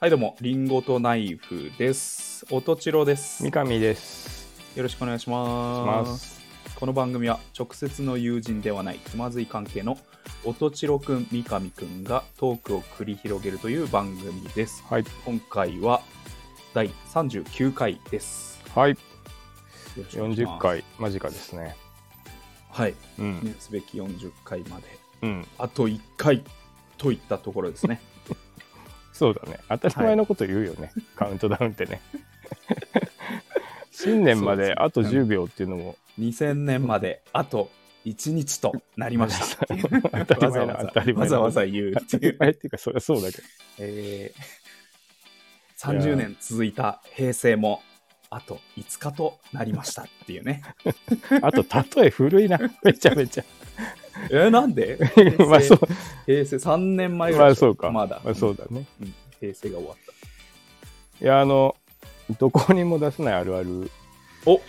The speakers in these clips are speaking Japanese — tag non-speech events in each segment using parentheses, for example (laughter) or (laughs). はい、どうも、リンゴとナイフです。おとちろです。三よ上です。ろしくお願いししま。ますす。この番組は直接の友人ではないつまずい関係のおとちろくん、三上くんがトークを繰り広げるという番組です。はい。今回は第39回です。はい。よろしくお願いします40。回、間近ですね。はい、う記ん。念すべき40回まで。うん。あと1回といったところです (laughs) ね。そうだね。当たり前のこと言うよね。カウントダウンってね。新年まであと10秒っていうのも、 2000年まであと1日となりました。 (laughs) 当たりわざ前わな、ざ当たり前わなざわざ言うって当たいりう。前っていうか、そりゃそうだけど。えー30年続いた平成もあと5日となりましたっていうね。あと、例え古 (laughs) いな。めちゃめちゃ。えーなんで (laughs) まあ、そう、平成3年前ぐらいまあ、でしょそうか。まだ、あそうだね。うん平成が終わっいや、あの、どこにも出せないあるある。た。お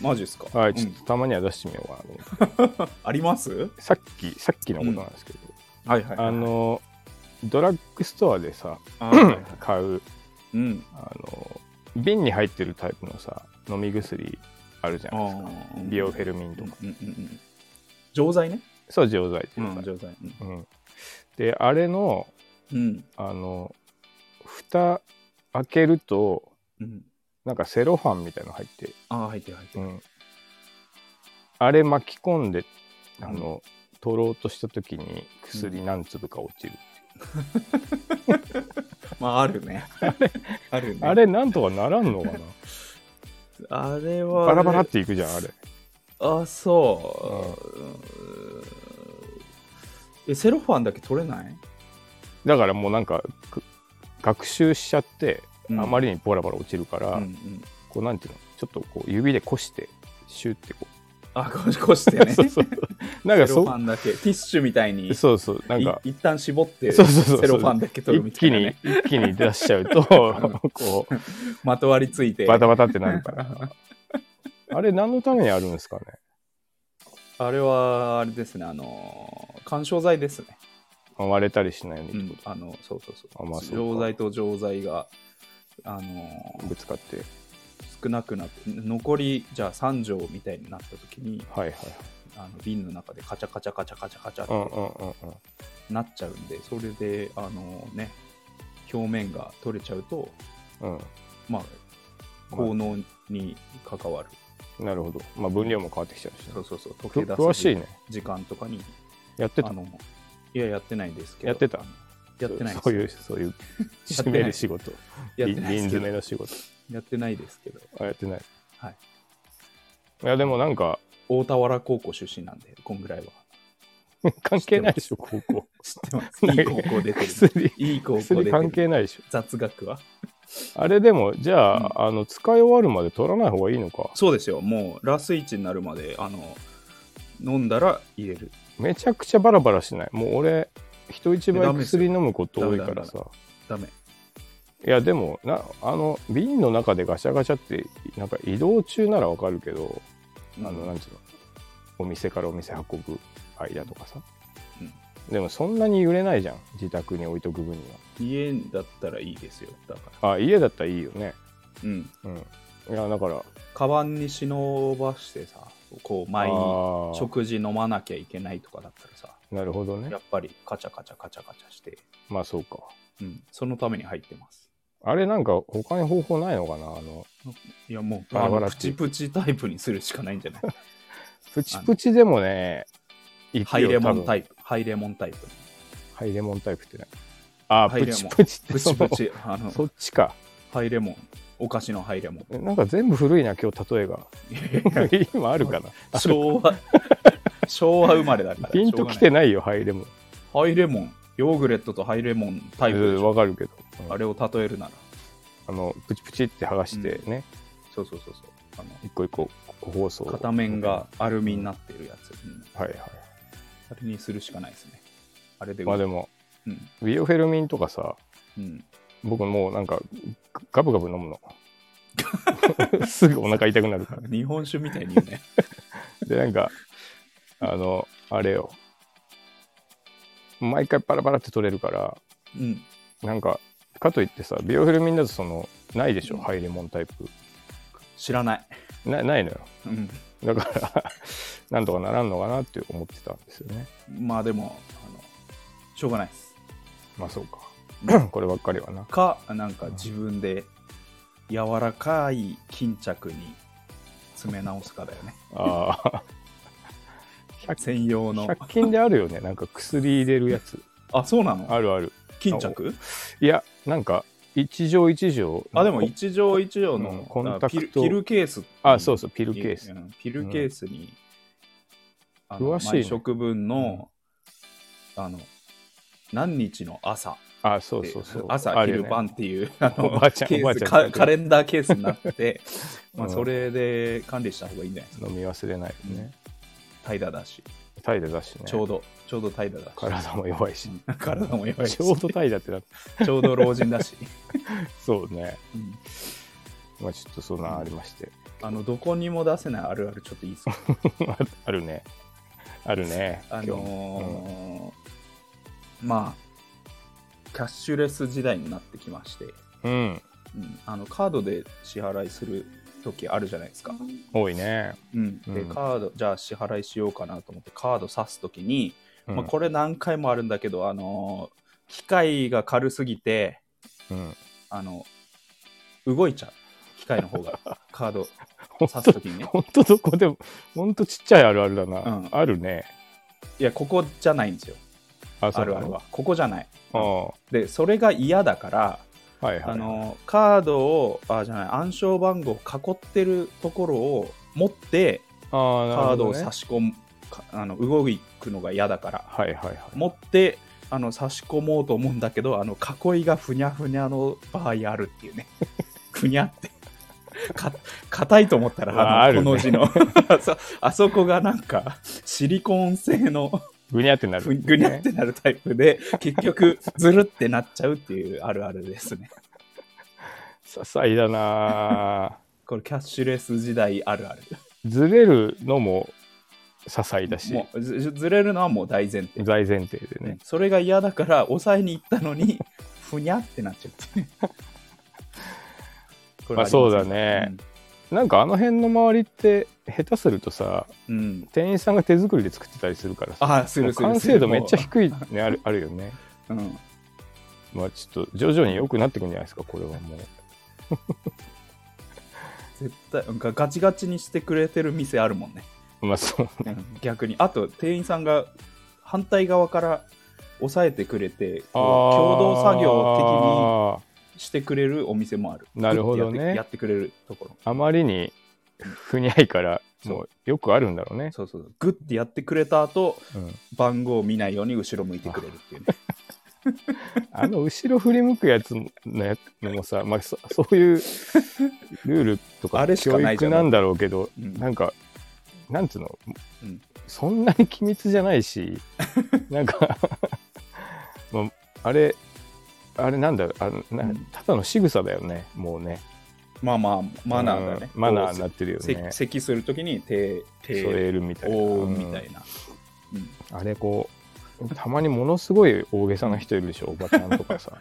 マジですか、はうい。んちょっとたまには出してみようかな。ありますさっき、さっきのことなんですけど。はいはい、はい。あのドラッグストアでさあー、はいはい買ううん。あの瓶に入ってるタイプのさ飲み薬あるじゃないですかービオフェルミンとか、うんうんうんうん。錠剤ね。そう錠剤ってういうかん、、錠剤。うんうんであれのうん。あの蓋開けるとうん。なんかセロファンみたいの入って、ああ、入ってる入ってうる。ん、あれ巻き込んであの、取ろうとした時に薬何粒か落ちる、まあ、あるね。あるね。あれなんとかならんの (laughs) かなあれは。バラバラっていくじゃんあれあそう、えセロファンだけ取れない、だからもうなんかく学習しちゃって、あまりりにボラボラ落ちるから、うんうん、こうなんていうのちょっとこう指でこしてシュってこあこしこして (laughs) う、ね (laughs) そうそうなセんかロそファンだけティッシュみたいにうそうそうなんかい一旦絞ってそうそうそうセロファンだけ取るみ一たい気な、にね、一気に出しちゃ (laughs) うとこまとわりついうてバタバタってな (laughs) るからあれ何のためにあるんですかねあれはあれですねあのー緩衝材ですね、割れたりしないよううにん、あのそうそうそうあまあそうか錠剤と錠剤があのーぶつかって、少なくなって残りじゃあ3錠みたいになった時にはいはいあの瓶の中でカチャカチャカチャカチャカチャってうんうんうんうんなっちゃうんでそれであのね表面が取れちゃうとうんまあまあ効能に関わる、なるほどまあ分量も変わってきちゃうしねそうそうそう溶けく出詳しいすね時間とかに、やってあたのいややってないですけどやってた (laughs) やってないですそういうそういう締める仕事やっりてない瓶ですけ詰どめの仕事やってないですけどあやってないはいいやでもなんか大田原高校出身なんでこんぐらいは関係ないでしょ知高校ってます (laughs) いい高校出てる薬いい高校出て薬関る係ないでしょ雑学はあれでもじゃあ,、あの使い終わるまで取らない方がいいのかそうですよもうラスイチになるまであの飲んだら入れるめちゃくちゃバラバラしないもう俺人一ダ倍メですよ薬飲むこと多いからダさダメいやでもなあの瓶の中でガチャガチャってなんか移動中ならわかるけど、あのなんていうのお店からお店運ぶ間とかさ、うんでもそんなに揺れないじゃん自宅に置いとく分に家だったらいいですよだからはあ家だったらいいよねうんうんいやだからカバンに忍ばしてさこう前あにー食事飲まなきゃいけないとかだったらさなるほどねやっぱりカチャカチャカチャカチャして、まあそうかうん、そのために入ってますあれなんか他に方法ないのかなあのいやもうバラバあのラっプてチいうプチタイプにするしかないんじゃ (laughs) ないプチプチでもねいくよハイレモ多ン分タイプハイレモンタイプハイレモンタイプってねあハイプレモンチプチってプ (laughs) そチのプチあのそっちかハイレモンお菓子のハイレ (laughs) モンえなんか全部古いな今日例えが今ある (laughs) かなある昭和昭和生まれだからピンときてないよハイレモンしょうがないハイレモンヨーグレットとハイレモンタイプでしょわかるけど、うんあれを例えるならあのプチプチって剥がしてね、そうそうそうそうあの一個一個個包装を片面がアルミになってるやつ、うんはいはいあれにするしかないですねあれでまあでもうんビオフェルミンとかさうん僕もうなんかガブガブ飲む (laughs) のすぐお腹痛くなるから日本酒みたいに言う (laughs) ねでなんかあのあれよ毎回バラバラって取れるからうんなんかかといってさ、ビオフィルミンだとその、ないでしょ、入り物タイプ。知らない。なないのよ。うん。だから、 (laughs) なんとかならんのかなって思ってたんですよね。まあでも、あの、しょうがないです。まあそう (coughs) か。こればっかりはな。か、なんか自分で柔らかい巾着に詰め直すかだよね。ああ。100, 専用の。 100均であるよね。なんか薬入れるやつ。あ、そうなのあるある。巾着いや、なんか、一錠一錠。あ、でも一錠一錠うんの、コンタクあピトルピルケース。あ、そうそう、ピルケース。うんピルケースに、あの詳しいね毎食分の、あの、何日の朝ってあ、そうそうそう。朝、あるよ昼、ね晩って (laughs) いう、あのおばあちゃんケおーばあちスゃんかカレンダーケースになって (laughs) て、まあ、うんそれで管理した方がいいんじゃないですか。飲み忘れないよね。怠惰だし、タイでだしね。ちょうど、ちょうど怠惰だし。体も弱いし。うん (laughs) 体も弱いし、ちょうどタイだってなって。 (laughs) ちょうど老人だし。そうね。うんまあちょっとそんなんありまして。あのどこにも出せないあるあるちょっといいですかああるね。あるね。あ今日ものーまあキャッシュレス時代になってきまして、うんうん。うん、あのカードで支払いする時あるじゃないですか、多いね。うん、でうんカードじゃあ支払いしようかなと思ってカード挿す時に、うんまあ、これ何回もあるんだけど、あのー機械が軽すぎてうんあの動いちゃう機械の方 (laughs) がカード本挿す当時にね本当どこでも、本当ちっちゃいあるあるだな。うんあるね。いやここじゃないんですよああるある。はここじゃないそうなのでそれが嫌だからああはいはい。あのカードをあじゃない暗証番号を囲ってるところを持ってあカなーるドほをどね差し込む、かあの動くのが嫌だからはいはいはい。持ってあの差し込もうと思うんだけどあの囲いがふにゃふにゃの場合あるっていうね (laughs) ふにゃってか硬いと思ったらあああのるねこの字の (laughs) あそあそこがなんかシリコン製のぐにゃってなふる。ぐにゃってなるタイプで結局ずるってなっちゃうっていうあるあるですね些細 (laughs) だなこれキャッシュレス時代あるあるずれるのも些細だし、もうずずれるのはもう大前提、大前提でね。それが嫌だから抑えに行ったのに (laughs) ふにゃってなっちゃってこれり (laughs) まあますそうだねなんかあの辺の周りって、下手するとさ、うん、うん店員さんが手作りで作ってたりするからさ、ああするするもう完成度めっちゃ低い、低いね、ある (laughs) あるよね。うん、まあちょっと徐々に良くなってくんじゃないですか、これはもう。絶対なんかガチガチにしてくれてる店あるもんね、まあそう。 (laughs) うん逆にあと店員さんが反対側から押さえてくれてこう共同作業業的にしてくれるお店もあるなるほどねグッてやってやってくれるところ的に。あまりにふにゃいから、うんもうよくあるんだろうね。そうそうそうグッてやってくれた後うん番号を見ないように後ろ向いてくれるっていうねあの後ろ振り向くやつのやのもさ、まあ、そそういうルールとあかれしか教ないじゃ育ないなんだろうけど、うんなんか、なんつうの、うんそんなに機密じゃないし、なんか、まあ、あれ、あれなんだろうあのなうんただの仕草だよね、もうね。まあまあマナーだね、うんマナーになこってるようせね。咳するときに手手添えるみたいな。を覆ううんみたいな、うんあれこう、たまにものすごい大げさな人いるでしょ、おばちゃんとかさ。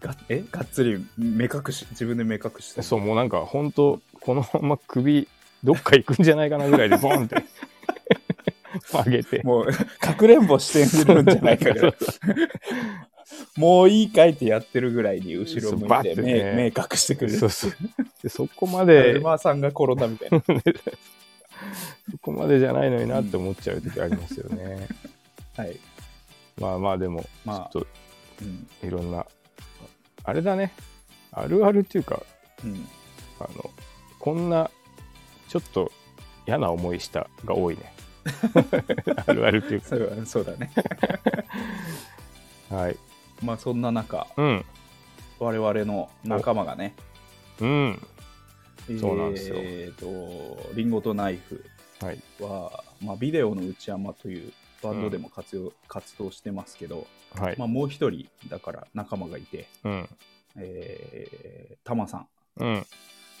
がえがっつり目隠し自分で目隠しそうもうなんか本当このまま首どっか行くんじゃないかなぐらいでボンって曲げてもう (laughs) かくれんぼしてるんじゃないかぐらいもういいかいってやってるぐらいに後ろそう向バいッてて目,、ね目隠してくれそるうそうでそこまだでるまさんが転んだみたいなそこまでじゃないのになって思っちゃう時ありますよ (laughs) ね、はいまあまあでもちょまあっとうんいろんなあれだねあるあるっていうかうんあのこんなちょっと嫌な思いしたが多 (laughs) いねあるあるっていうそれはそうだねかはいまあそんな中うん我々の仲間がねうんそうなんですよえっ、と、リンゴとナイフはいは、まあ、ビデオの内山というバンドでも活用、活動してますけど、はい、まあ、もう一人、だから仲間がいて、うんえー、タマさんうん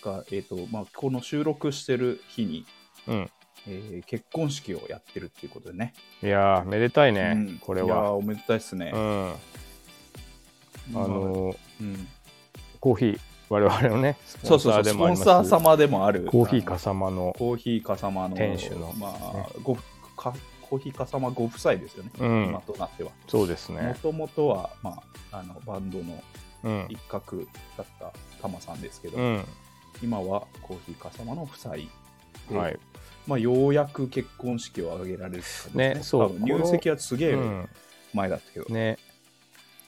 が、えっ、と、まあ、この収録してる日に、うんえー結婚式をやってるっていうことでね。いやーめでたいね、うんこれいやーはおめでたいっすね。うんあまあの、うん、コーヒー我々のねスそポうンそサうそーう、スでもポありンますサー様でもある。コーヒあーかのさまのコーヒーかさまの店主のまねあ、ごかコーヒーかさまご夫妻ですよね、うん今となっては。そうですもね、ともとは、まあ、あのバンドのうん一角だったタマさんですけど、うん今はコーヒーかさまの夫妻で、はいまあ、ようやく結婚式を挙げられるって感じですねそう多分入籍はすげうえん、前だったけど、ね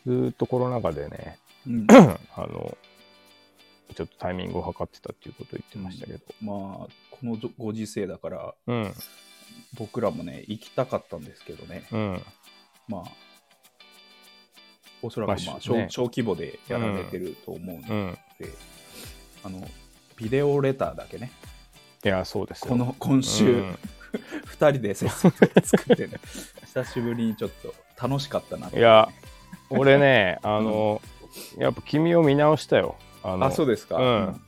ずーっとコロナ禍でね (laughs) うんあのちょっとタイミングを測ってたっていうことを言ってましたけど、まあこのぞご時世だからうん僕らもね行きたかったんですけどねうんまあおそらまあくしまあ小,、ね小規模でやられてると思うのうで、んあのビデオレターだけねいやそうですよこの今週、うん2人で節約作ってね (laughs) 久しぶりにちょっと楽しかったなといや俺ねあの、やっぱ君を見直したよあのあそうですか、うん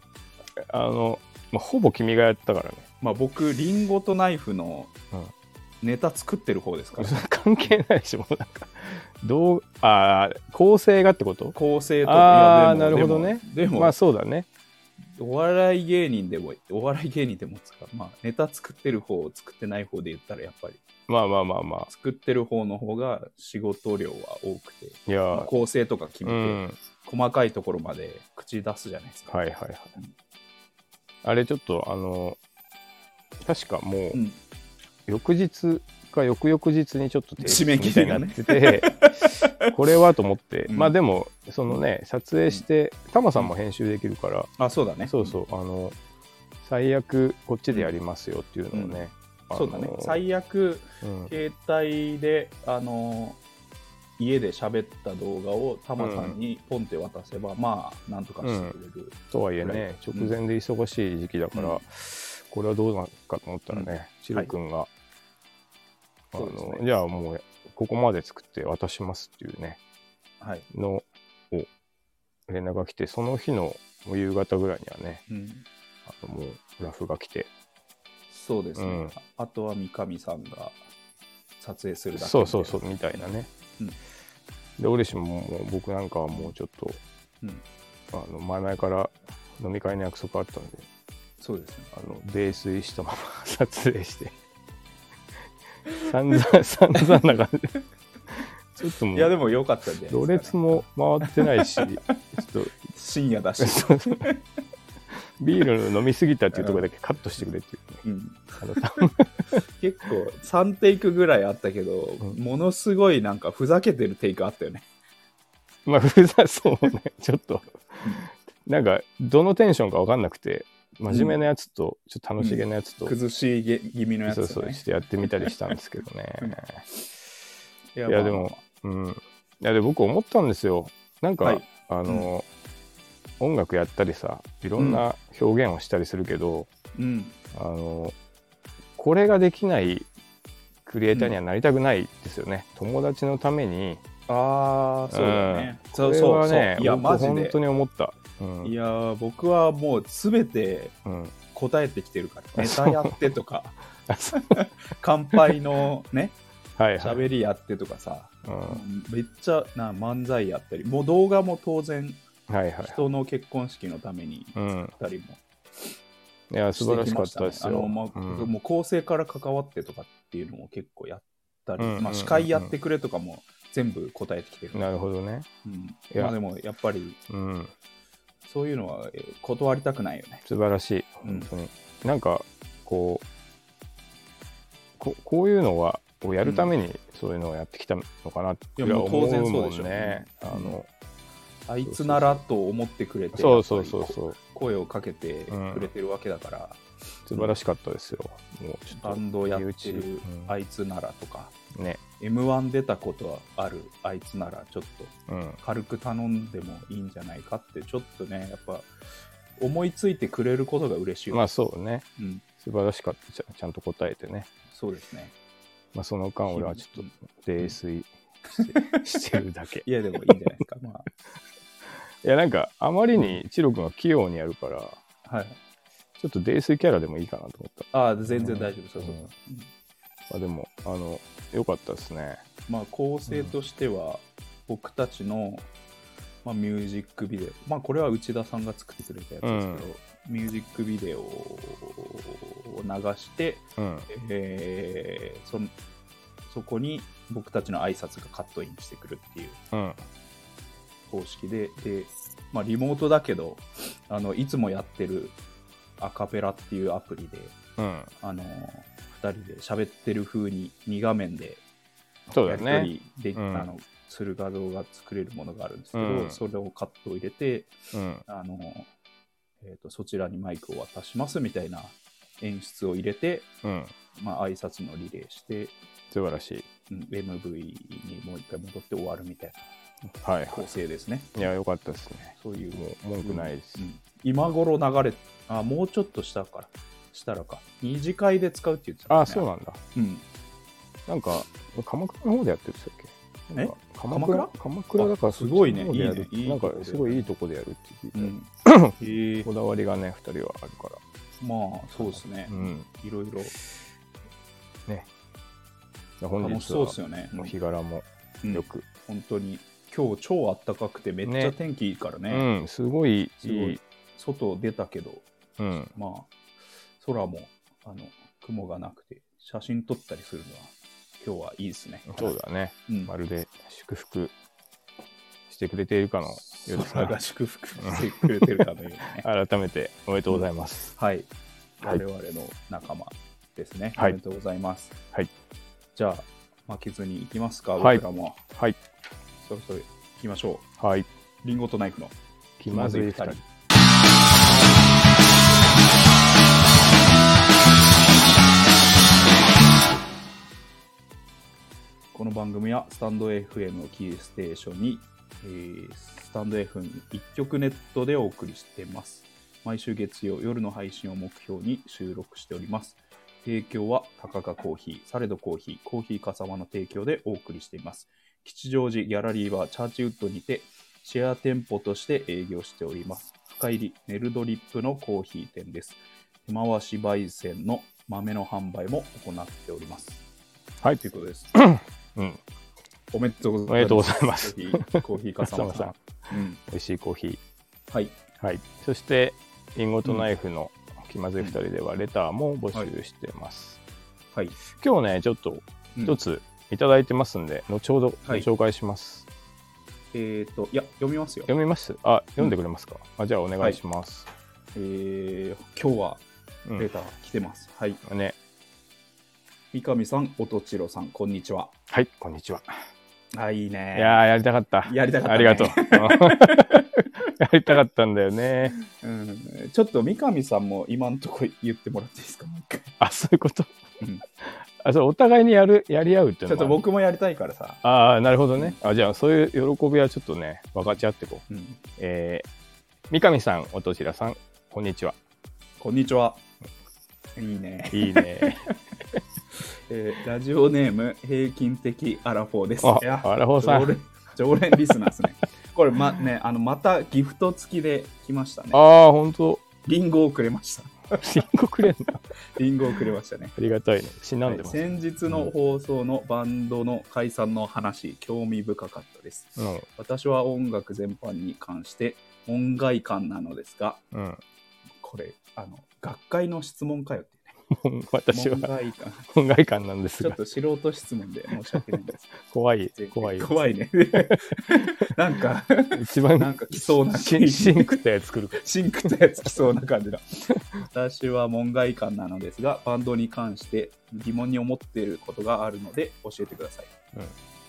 あの、まあ、ほぼ君がやったからね (laughs) まあ僕リンゴとナイフのうんネタ作ってる方ですから、関係ないでしょもうなんかどうあー構成がってこと構成とあーいやでもなるほどでねもでもまあそうだねお笑い芸人でもお笑い芸人でもつかまあネタ作ってる方作ってない方で言ったらやっぱりまあまあまあま作ってる方の方が仕事量は多くて、あいやまあー構成とか決うめて、ん細かいところまで口出すじゃないですかはいはいはいあれちょっとあの確かもううん、翌日か翌々日にちょっと提出締め切りがねみたいになって (laughs) てこれはと思って、うんまあでもそのね撮影してタマさんも編集できるから、あそうだねそうそうあの最悪こっちでやりますよっていうのをね、あのそうだね最悪うん携帯であの家で喋った動画をタマさんにポンって渡せば、まあなんとかしてくれる、とはいえぐらねい直前で忙しい時期だから、うんこれはどうなるかと思ったらうね、チル君が、あそうですのねじゃあもうここまで作って渡しますっていうねはい、のを連絡が来てその日の夕方ぐらいにはねうん、あのもうラフが来てそうですね、うんあとは三上さんが撮影するだけでそうそうそうみたいなね、うんで俺しももう僕なんかはもうちょっとうん、あの前々から飲み会の約束あったんでそうですねあの泥酔したまま撮影して散々 (laughs) 散々な感じでちょっともいやでうも良かったんじゃないですかね、序列も回ってないしちょっと深夜だし、 (laughs) そうそうビールの飲みすぎたっていうところだけカットしてくれっていうねうん、あのた (laughs) 結構3テイクぐらいあったけど、うんものすごいなんかふざけてるテイクあったよねまあふざそうねちょっとなんかどのテンションか分かんなくて真面目なやつとちょっと楽しげなやつと、崩しげ気味のやつ、そね、うそうしてやってみたりしたんですけどね、いやいやまあでもうん、いやで僕思ったんですよなんか、はいあの、音楽やったりさいろんな表現をしたりするけど、うんあのこれができないクリエイターにはなりたくないですよね、友達のためにああそうだね、そこうれそうはそう、ねいや僕マジ本で当に思った、うんいやー僕はもう全てうん、答えてきてるから (laughs) ネそタうやってとかあそう乾杯のねはいはい、喋りやってとかさうん、はめっちゃな漫才やったりもう動画も当然いはい人の結婚式のためにう作んったりもいや素し晴てらきしかまっしたたね、ですよ、あのまあうんもう構成から関わってとかっていうのも結構やったり、うんまあ、司会やってくれとかも全部答えてきてる、なるほどねうんいやまあでもやっぱりうんそういうのはえー断りたくないよね素晴らしいうん本当に、なんかこうここういうのはをやるためにそういうのをやってきたのかなっていやもう当然そうでしょうねねあのあいつならと思ってくれてそうそうやそっうぱりこそう声をかけてくれてるわけだから、素晴らしかったですよもうちょバっンドやって身内うるんあいつならとか、とね m 1出たことあるあいつならちょっとうん軽く頼んでもいいんじゃないかってちょっとねやっぱ思いついてくれることが嬉しいよねまあそうねうん、素晴らしかったちゃちゃんと答えてね、そうですね。まあ、その間俺はちょっうんと泥酔し (laughs) てしてるだけいや、でもいいんじゃないですか。まいやなんかあまりにチロ君が器用にやるからあ、はい。ちょっと泥酔キャラでもいいかなと思ったああ、全然大丈夫。そうそうそう。ううんんまあ、でもあの良かったですねまあ、構成としては、僕たちの、まあ、ミュージックビデオ、まあ、これは内田さんが作ってくれたやつですけど、ミュージックビデオを流して、うんえーそそこに僕たちの挨拶がカットインしてくるっていううん方式で、でまあ、リモートだけどあの、いつもやってるアカペラっていうアプリで、うんあの2人で喋ってる風に2画面でそうだよやねり取りで、うんあのする画像が作れるものがあるんですけど、うんそれをカットを入れてうんあの、えー、とそちらにマイクを渡しますみたいな演出を入れて、うんまあ挨拶のリレーして、素晴らしいうん、MV にもう一回戻って終わるみたいはいな構成ですね。いや良かったですねそういうもう文句ないです、うん今頃流れあもうちょっとしたからしたらか二次会で使うって言ってた、あそうなんだうんなんか鎌倉の方でやってるんですよっけなんか鎌鎌倉鎌倉だからあすごいねそっちの方でやるいいねいいなんとこかですごいいいとこでやるって聞いて、うん、えーこだわりがね2人はあるかまあそうですねら、うんいろいろ本楽し日そうですはよね。もう日柄もうんよく、本当に今日超あったかくてめっちゃね天気いいからうねんすごいいすごいい、外出たけどうん、まあ空もあの雲がなくて写真撮ったりするのは今日はいいですね。そう、だねうん、まるで祝福してくれているかのようです空が。が祝福してくれてるかのようにね (laughs) 改めておめでとうございます、はい、はい我々の仲間ですね。はいおめでとうございます。はい、じゃあ負けずに行きますか、はい僕らもはいそろそろ行きましょ。はいうリンゴとナイフの気まずい2人この番組はスタンド FM をキーステーションに、えースタンド FM 一曲ネットでお送りしています。毎週月曜夜の配信を目標に収録しております。提供はたかがコーヒー、サレドコーヒー、コーヒーかさまの提供でお送りしています。吉祥寺ギャラリーはチャーチウッドにてシェア店舗として営業しております。深入りネルドリップのコーヒー店です。手回し焙煎の豆の販売も行っております。はいということです。うんおめでとうごおめでとうございますコーヒーコーヒーかさま笠間さん。うん、美味しいコーヒーはい。はい、そしてリンゴとナイフの気まずい2人ではレターも募集してます、はい。今日ねちょっとうん一ついただいてますんで、後ほどごはい紹介します、えっ、と、いや、読みますよ。読みますあ読んでくれますか、あじゃあお願いします、えー、今日はうんデータ来てます。はい。ね三上さん、音千代さん、こんにちは。はいこんにちはあ、いいね。いやーやりたかったやりたかったねありが (laughs) とうやりたかったんだよねうん、ちょっと三上さんも今んとこ言ってもらっていいですか、もう一回 (laughs) あそういうこと、うんあそれお互いにやるやり合うってちいうょのっとも僕もやりたいからさ。ああなるほどねあじゃあそういう喜びはちょっとね分かち合っていこううん、えー三上さん、おとしらさん、こんにちは。こんにちは。いいね、いいね。えーラジオネーム、平均的アラフォーです。 (laughs) あいや、アラフォーさん常連。常連リスナーですね。これ、ま、ね、あの、またギフト付きで来ましたね。ああ、ほんと。リンゴをくれました。リンゴくれんの。あリンゴをくれましたね。りがたいね。しなんはでいます。先日の放送のバンドの解散の話、興味深かったです。うん。私は音楽全般に関して、門外観なのですが、うん。これ、あの、学会の質問かよって、もう (laughs) 私門は外観。本外観なんですちょっが、と素人質問で申し訳ないんです怖いけど。、怖い。怖いね。 (laughs) なんか、一なん番か来そうなシンシンクって作るかシンクとやつきそうな感じだ。私は門外漢なのですが、バンドに関して疑問に思っていることがあるので教えてください。うん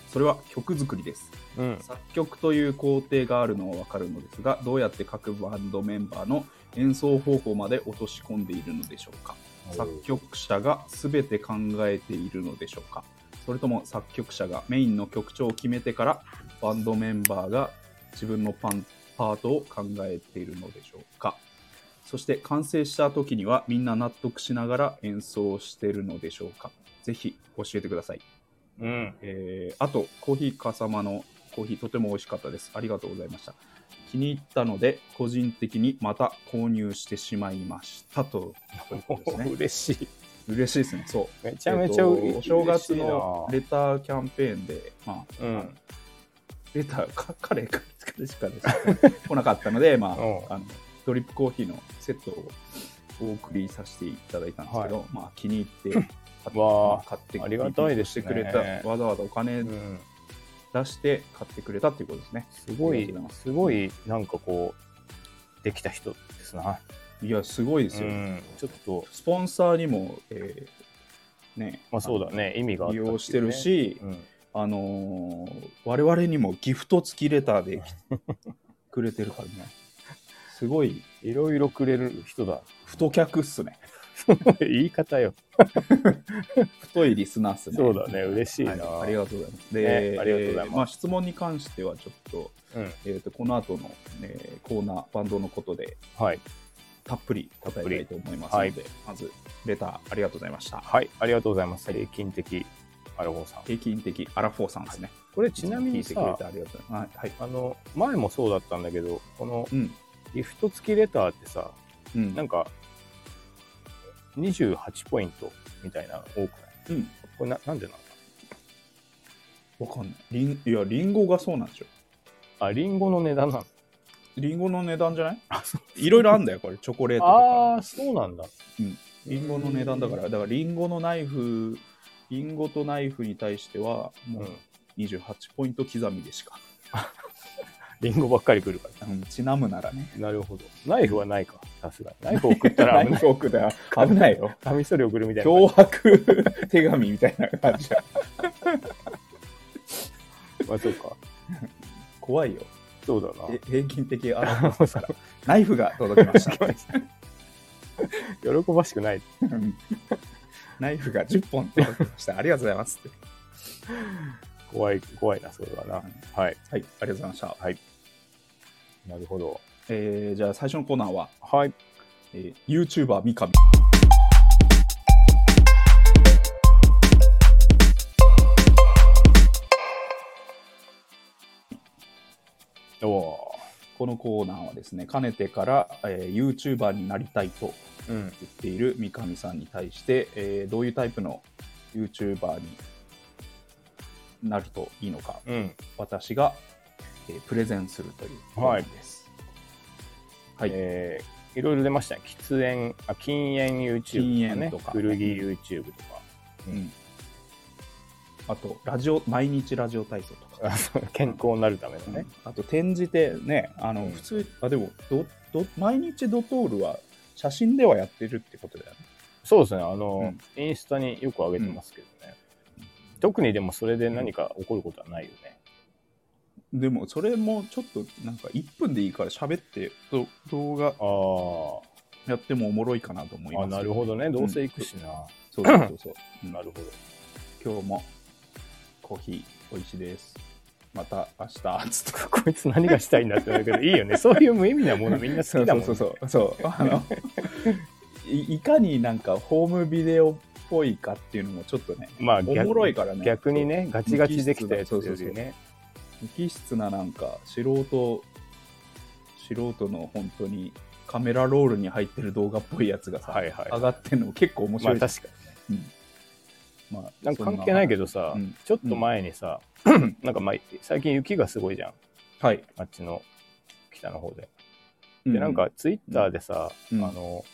それは曲作りです。ら。うん。作曲という工程があるのはわかるのですが、どうやって各バンドメンバーの演奏方法まで落とし込んでいるのでしょうか作曲者が全て考えているのでしょうかそれとも作曲者がメインの曲調を決めてからバンドメンバーが自分のパンパートを考えているのでしょうかそして完成した時にはみんな納得しながら演奏しているのでしょうかぜひ教えてください、うん。えーあとコーヒーかさまのコーヒーとても美味しかったですありがとうございました気に入ったので個人的にまた購入してしまいましたということですね嬉しい。嬉しいですね、そう。めちゃめちゃえっと嬉しいな。お正月のレターキャンペーンで、まあうん。でレターかカレーかカレーしか来なかった (laughs) ので、まあ、うんあのドリップコーヒーのセットをお送りさせていただいたんですけど、まあ、気に入って買っわあまあ買ってありがたいですね提供してくれたわざわざお金うん、出して買ってくれたっていうことですね、すごありいがとうございますすごいなんかこうできた人ですな、いやすごいですよ、ん、ちょっとスポンサーにも、えーねまあそうだね意味があった利っ用してるてし、いうね、あのー我々にもギフト付きレター (laughs) でくれてるからねすごいうん、いろいろくれる人だ (laughs) 太客っすね言い方よ太いリスナーっすねそうだね嬉しいな、はい、ありがとうございます。ねで、ありがとうございますえーまあ、質問に関しては、ちょっと,、うんえー、とこの後の、えーコーナー、バンドのことではいたっぷり答えたいと思いますので、まず、レターありがとうございました。はいありがとうございます平均的アルゴンさん平均的アラフォーさんですね。これちなみにいつも聞いさてくれてありがとうございます。はい。はい、あの前もそうだったんだけどこのうん。ギフト付きレターってさうん。なんか28ポイントみたいなの多くないうん。これななんでなのわかんない。りんいや、リンゴがそうなんでしょ。あリンゴの値段なのリンゴの値段じゃないあそういろいろあんだよ、これ。チョコレートとか。あーそうなんだリンゴの値段だから、だからリンゴのナイフ、リンゴとナイフに対しては、もう28ポイント刻みでしか。リンゴばっかり来るかうん、ちなむならね。らなるほどナイフは (laughs) ないかさすがにナイフ送った (laughs) ら危ないフォークだよ。危ないよ。カミソリ送るみたいな脅迫手紙みたいな感じだ。日あそうか怖いよ。そうだなえ平均的アラフォーそうそうナイフが届きました。 (laughs) 喜ばしくないうんナイフが10本届きました。ありがとうございますって。怖い怖いなそれはなはいはい、ありがとうございました。なるほどえーじゃあ最初のコーナーは、はいえー、YouTuber 三上。おおこのコーナーはですね、かねてから、えー、YouTuber になりたいとーうん言っている三上さんに対して、えーどういうタイプの YouTuber になるといいのかうん私が、えープレゼンするというコーナーです。はい、えーいろいろ出ましたね喫煙あ禁煙 YouTube とか禁ね煙とか古着 YouTube と (laughs) かうんあとラジオ毎日ラジオ体操とか、あそう健康になるためのね、あと展示でねあの、うん普通あでもどど毎日ドトールは写真ではやってるってことだよね。そうですねあの、うインスタによく上げてますけどね、特にでもそれで何か起こることはないよね、でもそれもちょっとなんか1分でいいから喋ってど動画やってもおもろいかなと思いあーまあす。なるほどねどうせ行くしな、そうそうそう (coughs) そう。うんなるほど今日もコーヒー美味しいです。また明日。つってこいつ何がしたいんだってなるけどいいよねそういう無意味なものみんな好きだもんね (laughs) そうそうそうそうそうあの (laughs) いいかになんかホームビデオっぽいかっていうのもちょっとねまあお逆もろいからね逆にねガチガチできたやつよそうそうりね無機質ななんか素人素人の本当にカメラロールに入ってる動画っぽいやつがさ、はいはい上がってんの結構面ま白あい、確かにうんまあなんか関係ないけどどさ、うんちょっと前にさ、なんかまあ最近雪がすごいじゃんはい、あっちの北の方で。うでなんかツイッターでさ、うんあの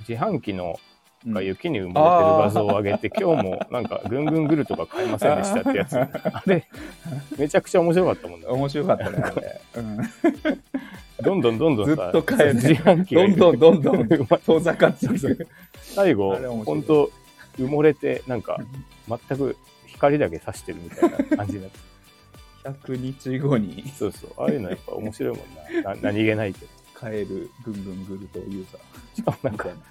自販機のうんが雪に埋もれてる画像を上げて、今日もなんかぐんぐんぐるとか買いませんでしたってや (laughs) つああれめちゃくちゃ面白かったもんね面白かったねあれ、うん、どんどんどんどんさずっと買えない自販機がどんどんどんどん埋ま遠ざかってい (laughs) く (laughs) 最後あれ面白い本当埋もれてなんか全く光だけさしてるみたいな感じになって (laughs) 100日後にそうそうああいうのやっぱ面白いもんなな何気ないけど帰るぐんぐんぐるとユーザーしかもなんみかたいな。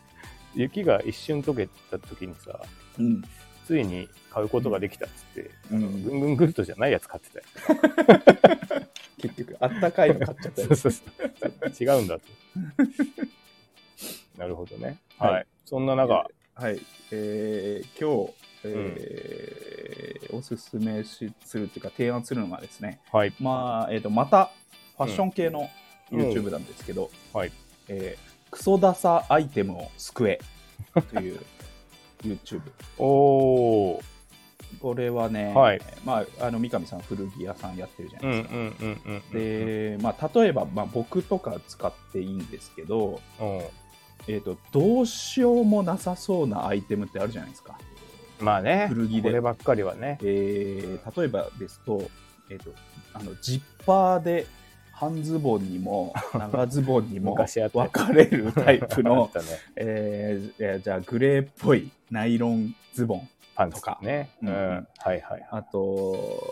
雪が一瞬溶けた時にさうん。ついに買うことができたっつって、うんあのぐんぐんぐるとじゃないやつ買ってたよ。結局、あったかいの買っちゃったよそうそうそう違うんだって。なるほどね。はい。はいそんな中、はい。えー今日、えーおすすめしするっていうか、提案するのがですね、はい。まあ、えっ、と、また、ファッション系のうん YouTube なんですけど、はいえークソダサアイテムを救えという YouTube。おー、これはね、はいまあ、あの三上さん、古着屋さんやってるじゃうんなういんですか。うんうんうんでまあ、例えば、まあ、僕とか使っていいんですけど、うえー、とどうしようもなさそうなアイテムってあるじゃないですか。んまあね古着でこればっかりはねえー例えばですと,、えー、とあのジッパーで半ズボンに (laughs) も長ズボンにも昔あった分かれるタイプの (laughs) あ、ったねえーえーじゃあグレーっぽいナイロンズボンパンツとかねううんんはいはいあと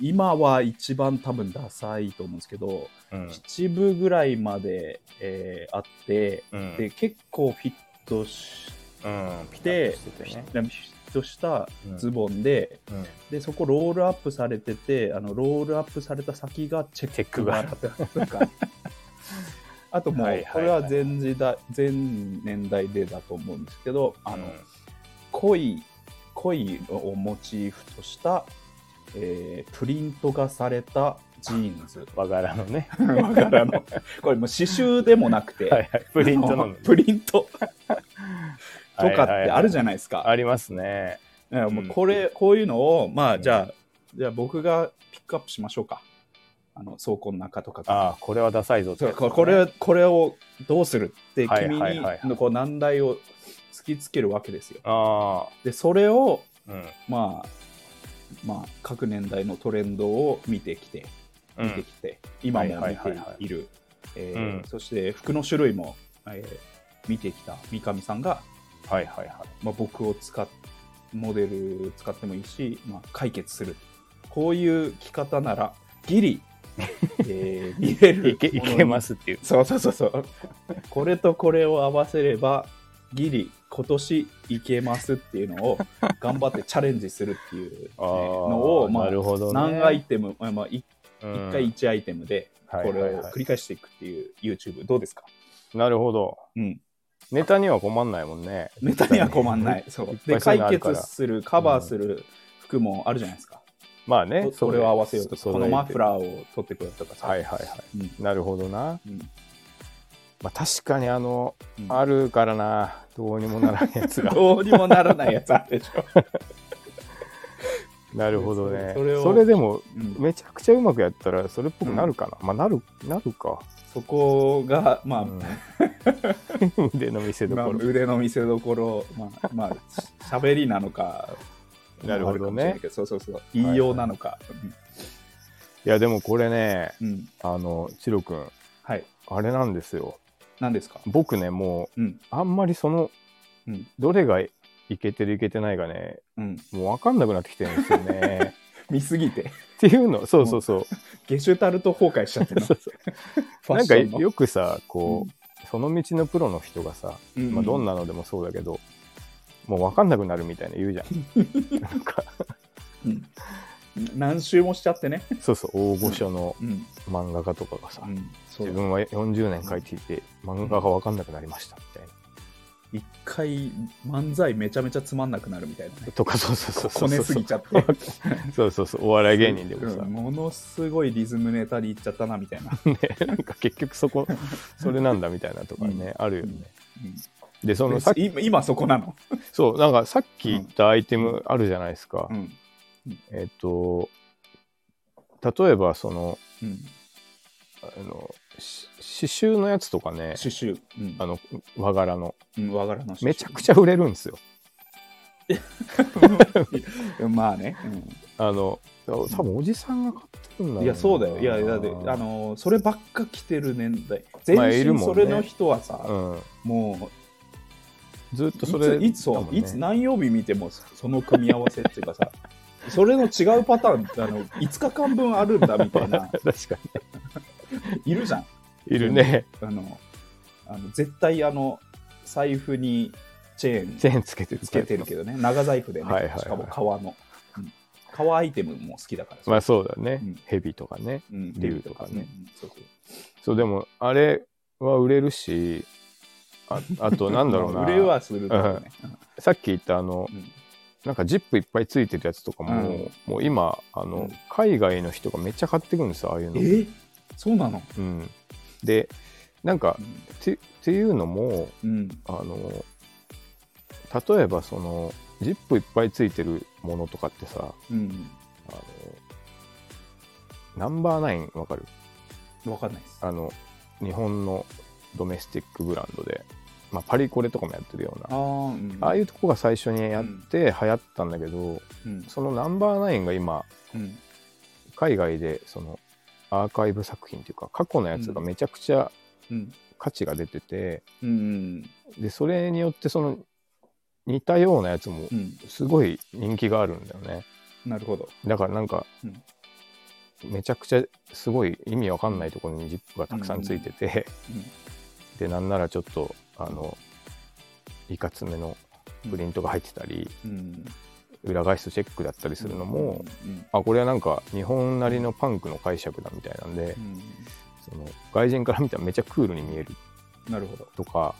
今は一番多分ダサいと思うんですけど、うん七分ぐらいまで、えーあってうんで結構フィットしうんピタッてとしててねフィットしたうんズボンで。うんでそこロールアップされててあのロールアップされた先がチェック柄だったりとか (laughs) あともはういこはいれはいは全時代全年代でだと思うんですけどあの、うん濃い濃いをモチーフとした、えープリントがされたジーンズ和柄のねわからのこれもう刺繍でもなくて、 (laughs) はいはいプリントあなのの (laughs) プリントとかっはいはいてはいあるじゃないですか、ありますねねもううんこれ、こういうのを、まあ、うんじゃあ、じゃあ僕がピックアップしましょうか。あの、倉庫の中とかから。ああこれはダサいぞってそやうつここれ、これをどうするって、はい君はいはいはいに、こう、難題を突きつけるわけですよ。あで、それを、あうんまあ、まあ、各年代のトレンドを見てきて、う見てんきて、今もは見いはいはいはている。えうんーそして、服の種類も、えー見てきた三上さんが、はいはいはいまあ、僕を使っモデル使ってもいいし、まあ、解決するこういう着方ならギ (laughs) リ、えー見れるいけいけますすっていうそうそうそうそうこれとこれを合わせればギリ今年いけますっていう (laughs) のを頑張ってチャレンジするっていうね、あーのを、まあなるほどね何アイテム、まあまあ、1一回1アイテムでここれを繰り返していくっていう YouTube どうですか、なるほどうん、ネタには困んないもんねネタには困んない。そうぱでいそう解いうのあるか決らする、カバーする服もあるじゃないですか。 (laughs) まあねそそれを合わせようとか、そこのマフーラーを取ってくるとかさ。はいはいはうんいなるほどなうんまあ確かにあのうんあるからなどうにもならん (laughs) やつがどうにもならないやつあるでし (laughs) ょ。なるほどね (laughs) それをそれでもうんめちゃくちゃうまくやったらそれっぽくなるかな、まあなるなるか、そこが、まあ、 (laughs) うん (laughs) 腕の見せまあ所、腕の見せ所、まあ、まあ、しゃべりなのか、 (laughs) なるほどねあかもしれないけ。そうそうそう、言いようなのか。いやでもこれねうんうん。あのチロ君はい。あれなんですよ何ですか僕ねもううん。あんまりその、うんどれがいけてるいけてないがねうん。もう分かんなくなってきてるんですよね (laughs) 見すぎて、っていうのそうそうそうゲシュタルト崩壊しちゃってるのそうファなッんシかョンのよくさこう、うその道のプロの人がさ、ううまあ、どんなのでもそうだけど、もう分かんなくなるみたいな言 (laughs) うじゃんなんかうん何周もしちゃってね。そうそう大御所のうん。漫画家とかがさ、うん、そう自分は40年書いていて漫画が分かんなくなりましたみたいな、一回漫才めちゃめちゃつまんなくなるみたいなね。とかそうそうそうそこうねそうすそうぎちゃって。 (laughs) そうそうそうお笑い芸人でもさ、うんものすごいリズムネタでいっちゃったなみたいな。ね、 (laughs) なんか結局そこそれなんだみたいなとかね、あるよねうんでそのでさっき今今そこなの。そうなんかさっき言ったアイテムあるじゃないですか、うん。えっ、と例えばそのうん。あのし刺繍のやつとかねシュシュ。うんあの和柄のうん。和柄のめちゃくちちゃ売れるんですよゃ。まあね。あの多分おじさんが買ってるんだう、ろうんないや、そうだよ。いや、だって、あの、そればっか着てる年代。全まあいる身もんそねれの人はさ、うんもずっとう、それいつ、いつそうだもんねいつ何曜日見てもそその組み合わせっていうかさ、それの違うパターンって、あの、5日間分あるんだみたい (laughs) な。 (laughs) 確かいるじゃん。にいるねあの、あの絶対あの、財布にチェーンチェーンつけてるつけてるけどね、長財布でね、はいはいはいしかも革の、うん革アイテムも好きだからさまあそうだね、うんヘビとかねうん竜とかね。うんそうそうそうでもあれは売れるしあ (laughs) あとなんだろうな売れはするけどね。さっき言ったあのうんなんかジップいっぱいついてるやつとかも、うんもう今あの、うん海外の人がめっちゃ買ってくるんですよああいうえの。そうなのうん、でなんかてっていうのもうん。あの例えばそのジップいっぱいついてるものとかってさうん。あのナンバーナインわかるわかんないです。あの日本のドメスティックブランドで、まあ、パリコレとかもやってるようあなー、うん。ああいうとこが最初にやって流行ったんだけど、うん。そのナンバーナインが今うん。海外でそのアーカイブ作品というか過去のやつがめちゃくちゃうん。価値が出てて、うん。でそれによってその似たようなやつもうん。すごい人気があるんだよねなるほど。だからなんか、うんめちゃくちゃすごい意味わかんないところにジップがたくさんついてて、でなんならちょっとあのいかつめのプリントが入ってたり、うん。うん。裏返すチェックだったりするのも、うん、あこれはなんか日本なりのパンクの解釈だみたいなんでう、ん。その外人から見たらめちゃクールに見えるなるほど。とか、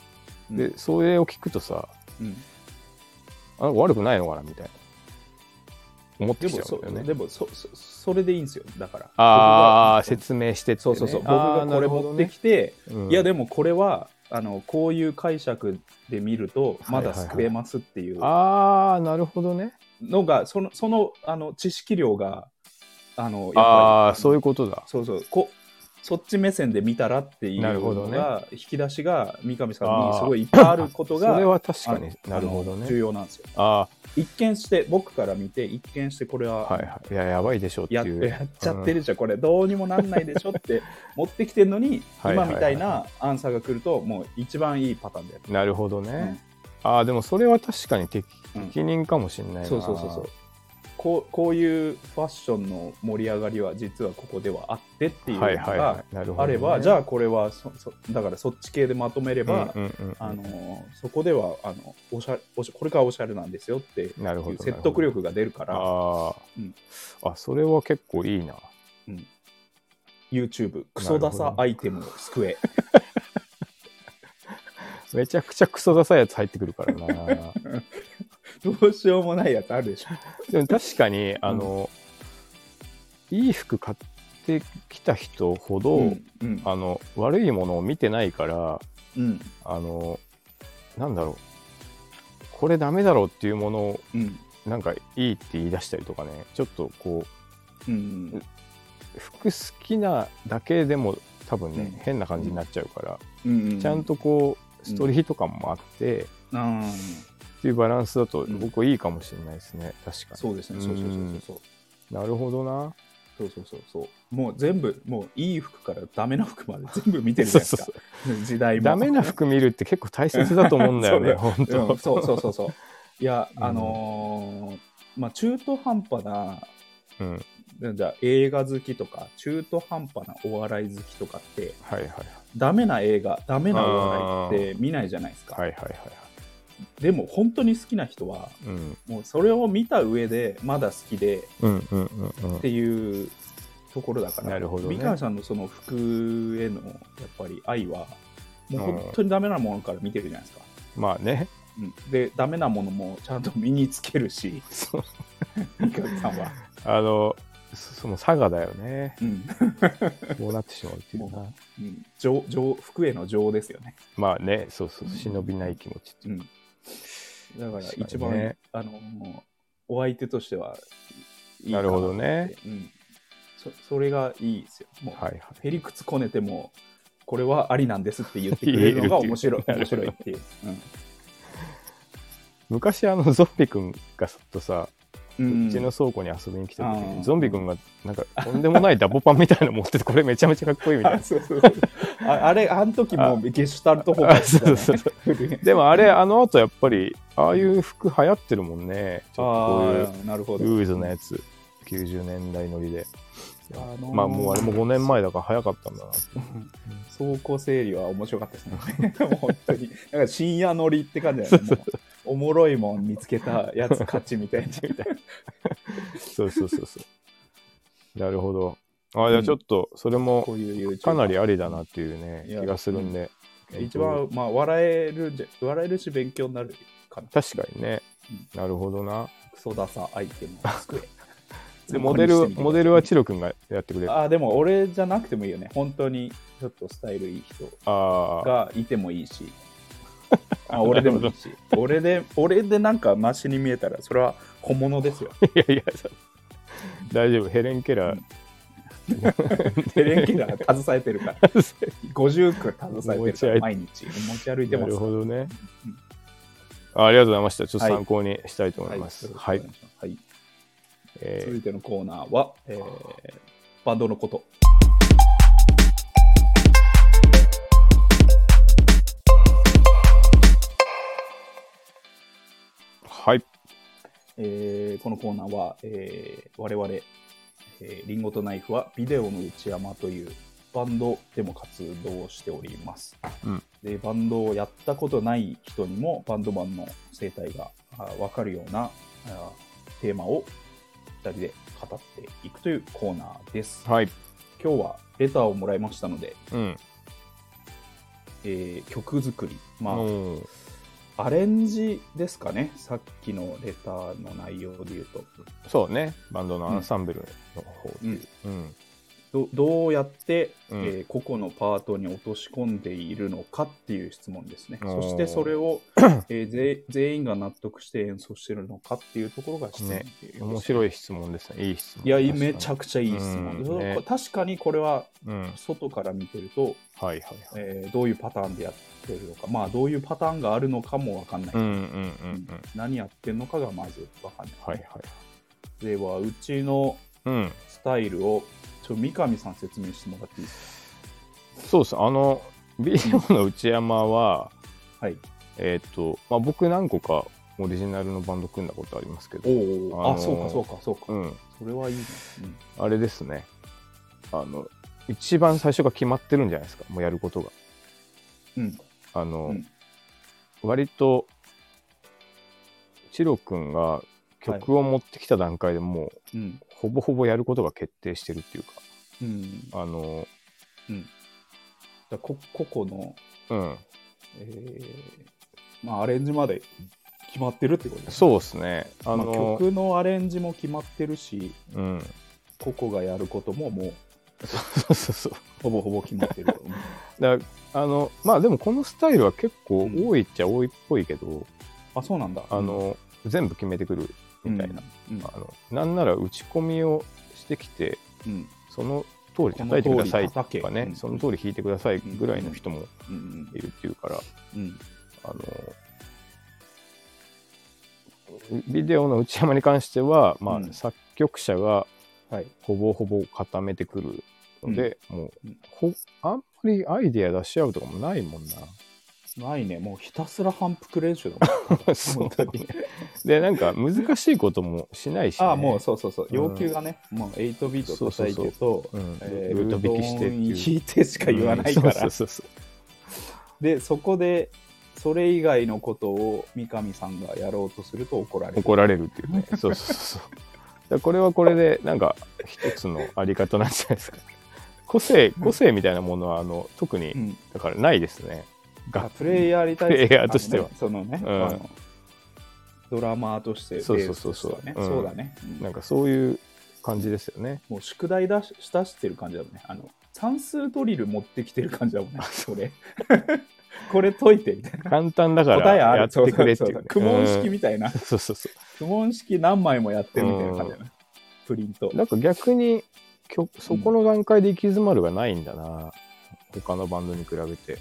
うんで、それを聞くとさうん。あ悪くないのかなみたいな思ってできちもゃうそ、んだよねでもそ、そ、それでいいんですよ。だから。ああ僕が説明してって、ね、そうそうそう。僕あがーこれ持ってきて、なるほどねうんいやでもこれはあのこういう解釈で見るとまだはいはいはい救えますっていうああなるほどねのがそのそのあの知識量があのやっぱりああそういうことだそうそうこそっち目線で見たらっていうなるほどのねが、引き出しが三上さんあにーすごいいっぱいあることが (laughs) それは確かにあのなるほどあの重ね要なんですよ。あ一見して僕から見て一見してこれあは、はいはいいややばいでしょってやっいうやっちゃってるじゃん、これどうにもなんないでしょって (laughs) 持ってきてるのにはい今はいはいみたいなアンサーが来るともう一番いいパターンでやる。うんなるほどね、ああでもそれは確かに適うん適任かもしれないな、そうそうそうそうこうこういうファッションの盛り上がりは実はここではあってっていうのはいはいはがいなるほどね、あればじゃあこれはそそだからそっち系でまとめれば、うんうんうんあのーそこではあのおしゃおしゃこれからおしゃれなんですよっていうなるほど説得力が出るからああ、うんあそれは結構いいな YouTube クソダサアイテムを救え、めちゃくちゃクソダサいやつ入ってくるからな (laughs) で (laughs) どうしようもないやつあるでしょ、も確かにあの、いい服買ってきた人ほど、うんうんあの悪いものを見てないからうんあのなんだろうこれダメだろうっていうものをうんなんかいいって言い出したりとかねちょっとこうんう服好きなだけでも多分ね、うん変な感じになっちゃうから、うんちゃんとこうストーリーとかもあって、うんっていうバランスだとうん僕はいいかもしれないですね、確かそうですねそうそうそうそうそうになるほどなそうそうそうそう。もう全部、もういい服からダメな服まで全部見てるじゃないですか。そう時代も。ダメな服見るって結構大切だと思うんだ (laughs) よね本当、うんそうそうそうそう。いや、うんあのーまあ中途半端な、うん、はいなんだ映画好きとか、中途半端なお笑い好きとかって、はいはいダメな映画、ダメなお笑いって見ないじゃないですか。はいはいはいでも本当に好きな人は、うんもうそれを見た上で、まだ好きで、うんうんうんうっんていうところだからなるほどね三上さんのその服へのやっぱり愛はもう本当にダメなものから見てるじゃないですか、まあねうん、でダメなものもちゃんと身につける (laughs) しそう三上さんは、あのそその差がだよねうんこうなってしまうっていうなうん、情情服への情ですよね、まあねそうそう忍びない気持ちってう、いうんだから一確番、かにねあのお相手としてはいいなかるほどね、ねうん、そそれがいいですよもう、はいはいへりくつこねてもこれはありなんですって言ってくれるのが面白い言え面るっていう白いっていう、昔あのゾンビくんがさっとさう、うんちの倉庫に遊びに来た時に、うんゾンビ君がなんかとんでもないダボパンみたいなの持っててこれめちゃめちゃかっこいいみたいあ (laughs) (laughs) なそうそうそうああれあの時もうゲシュタルト崩壊してたねあそうそう古いでもあれあの後やっぱりああいう服流行ってるもんねちょっあーなるほとこうどいうルーズなやつ90年代乗りであのーまあもうあれも5年前だから早かったんだな走行整理は面白かったですね (laughs) もう本当になんか深夜乗りって感じだよねもうおもろいもん見つけたやつ勝ちみたいなそうそうそうそうなるほどあじゃあちょっとそれこもういう YouTube (laughs) かなりありだなっていうねいや気がするんで、一番まあ笑えるんじゃ笑えるし勉強になるかな確かにねなるほどなクソダサアイテムを作れ (laughs) でモデルモデルはチロ君がやってくれるああーでも俺じゃなくてもいいよね本当にちょっとスタイルいい人あーがいてもいいしあ俺でもい (laughs) いし俺で俺でなんかマシに見えたらそれは小物ですよいやいや、そ (laughs) 大丈夫、ヘレン・ケラー、ヘレン・ケラーが携えてる (laughs) から50区携えてるから毎日持ち歩いてなまするほどねうん。あありがとうございました。ちょっとはい参考にしたいと思います。ははいい。はいえ続ーいてのコーナーは、えーバンドのことはい。えーこのコーナーは、えー我々、えーリンゴとナイフはビデオの内山というバンドでも活動しております、うんでバンドをやったことない人にもバンドマンの生態があ分かるようなあテーマを2人で語っていくというコーナーですはい。今日はレターをもらいましたので、うん。えー曲作り、まあうんアレンジですかねさっきのレターの内容で言うとそうね。バンドのアンサンブルの方。うんうん。どどうやって、うんえー個々のパートに落とし込んでいるのかっていう質問ですね。おーそしてそれを、えーぜ全員が納得して演奏してるのかっていうところが質問ねっていう面白い質問ですね。いい質問。いやいいめちゃくくちゃいい質問、うんね確かにこれはうん。はい外から見てると、はいはい。えーどういうパターンでやってるのかまあどういうパターンがあるのかもわかんない、うんうんうんうん。何やってるのかがまずわかんない、はいはい。ではうちのうん。スタイルをちょ三上さん説明してもらっていいですそうです。あの、ビデオの内山は、かはいえーっと、まあ僕何個かオリジナルのバンド組んだことありますけおど、ーおーあのあーそうかそうかそうか、うん。それはいいね。あれですね。あの、一番最初が決まってるんじゃないですか。もうやることが。うん。あの、うん割と、チロ君が曲を持ってきた段階でもうう、ん。ほぼほぼやることが決定してるっていうか、うん。あの、じゃあこ個々の、うん、えーまあ、アレンジまで決まってるってことですね。そうですね。あまあの、曲のアレンジも決まってるし、うん。 (laughs) 個々がやることももうそうそうそう。ほぼほぼ決まって (laughs) る。だあの、まあでもこのスタイルは結構多いっちゃ多いっぽいけど、あ、そうなんだ。あの、全部決めてくるうん、みたいな。うん。あのなんなら打ち込みをしてきて、うん。その通り叩いてくださいとこの通り叩けかね、うんその通り弾いてくださいぐらいの人もうん。うんいるっていうから、うん。あのビデオの内山に関しては、まあうん作曲者がはい。ほぼほぼ固めてくるので、もうほあんまりアイディア出し合うとかもないもんな。。ないね。もうひたすら反復練習だもん (laughs) そ本う当に。でなんか難しいこともしないし、ね、ああ、もうそうそうそう。うん要求がね、もう8ビート叩いてると、う、んえールート引きしてうどってんいう引いてしか言わないかうんそらうそうそうでそこでそれ以外のことを三上さんがやろうとすると怒られる怒られるってい (laughs) うねそうそうそうそうだからこれはこれでなんか一つのあり方なんじゃないですか個性個性みたいなものはあの特うにん、だからないですね、があプレイヤーに対してプレイヤーとしてあはのねそのね、うんあのドラマーとしてそうそうそうそうベースとしてはねうんそうだね、うんなんかそういう感じですよねもう宿題出し出してる感じだもんねあの算数ドリル持ってきてる感じだもんねそれ (laughs) これ解いてみたいな簡単だから答えあやるってくれっていう,、ね、そうそうそう苦問式うんみたいな、 (laughs) そうそうそ苦問式何枚もやってるみたいな感じだね、プリントうなんか逆にきょそこの段階で行き詰まるがないんだな、他のバンドに比べて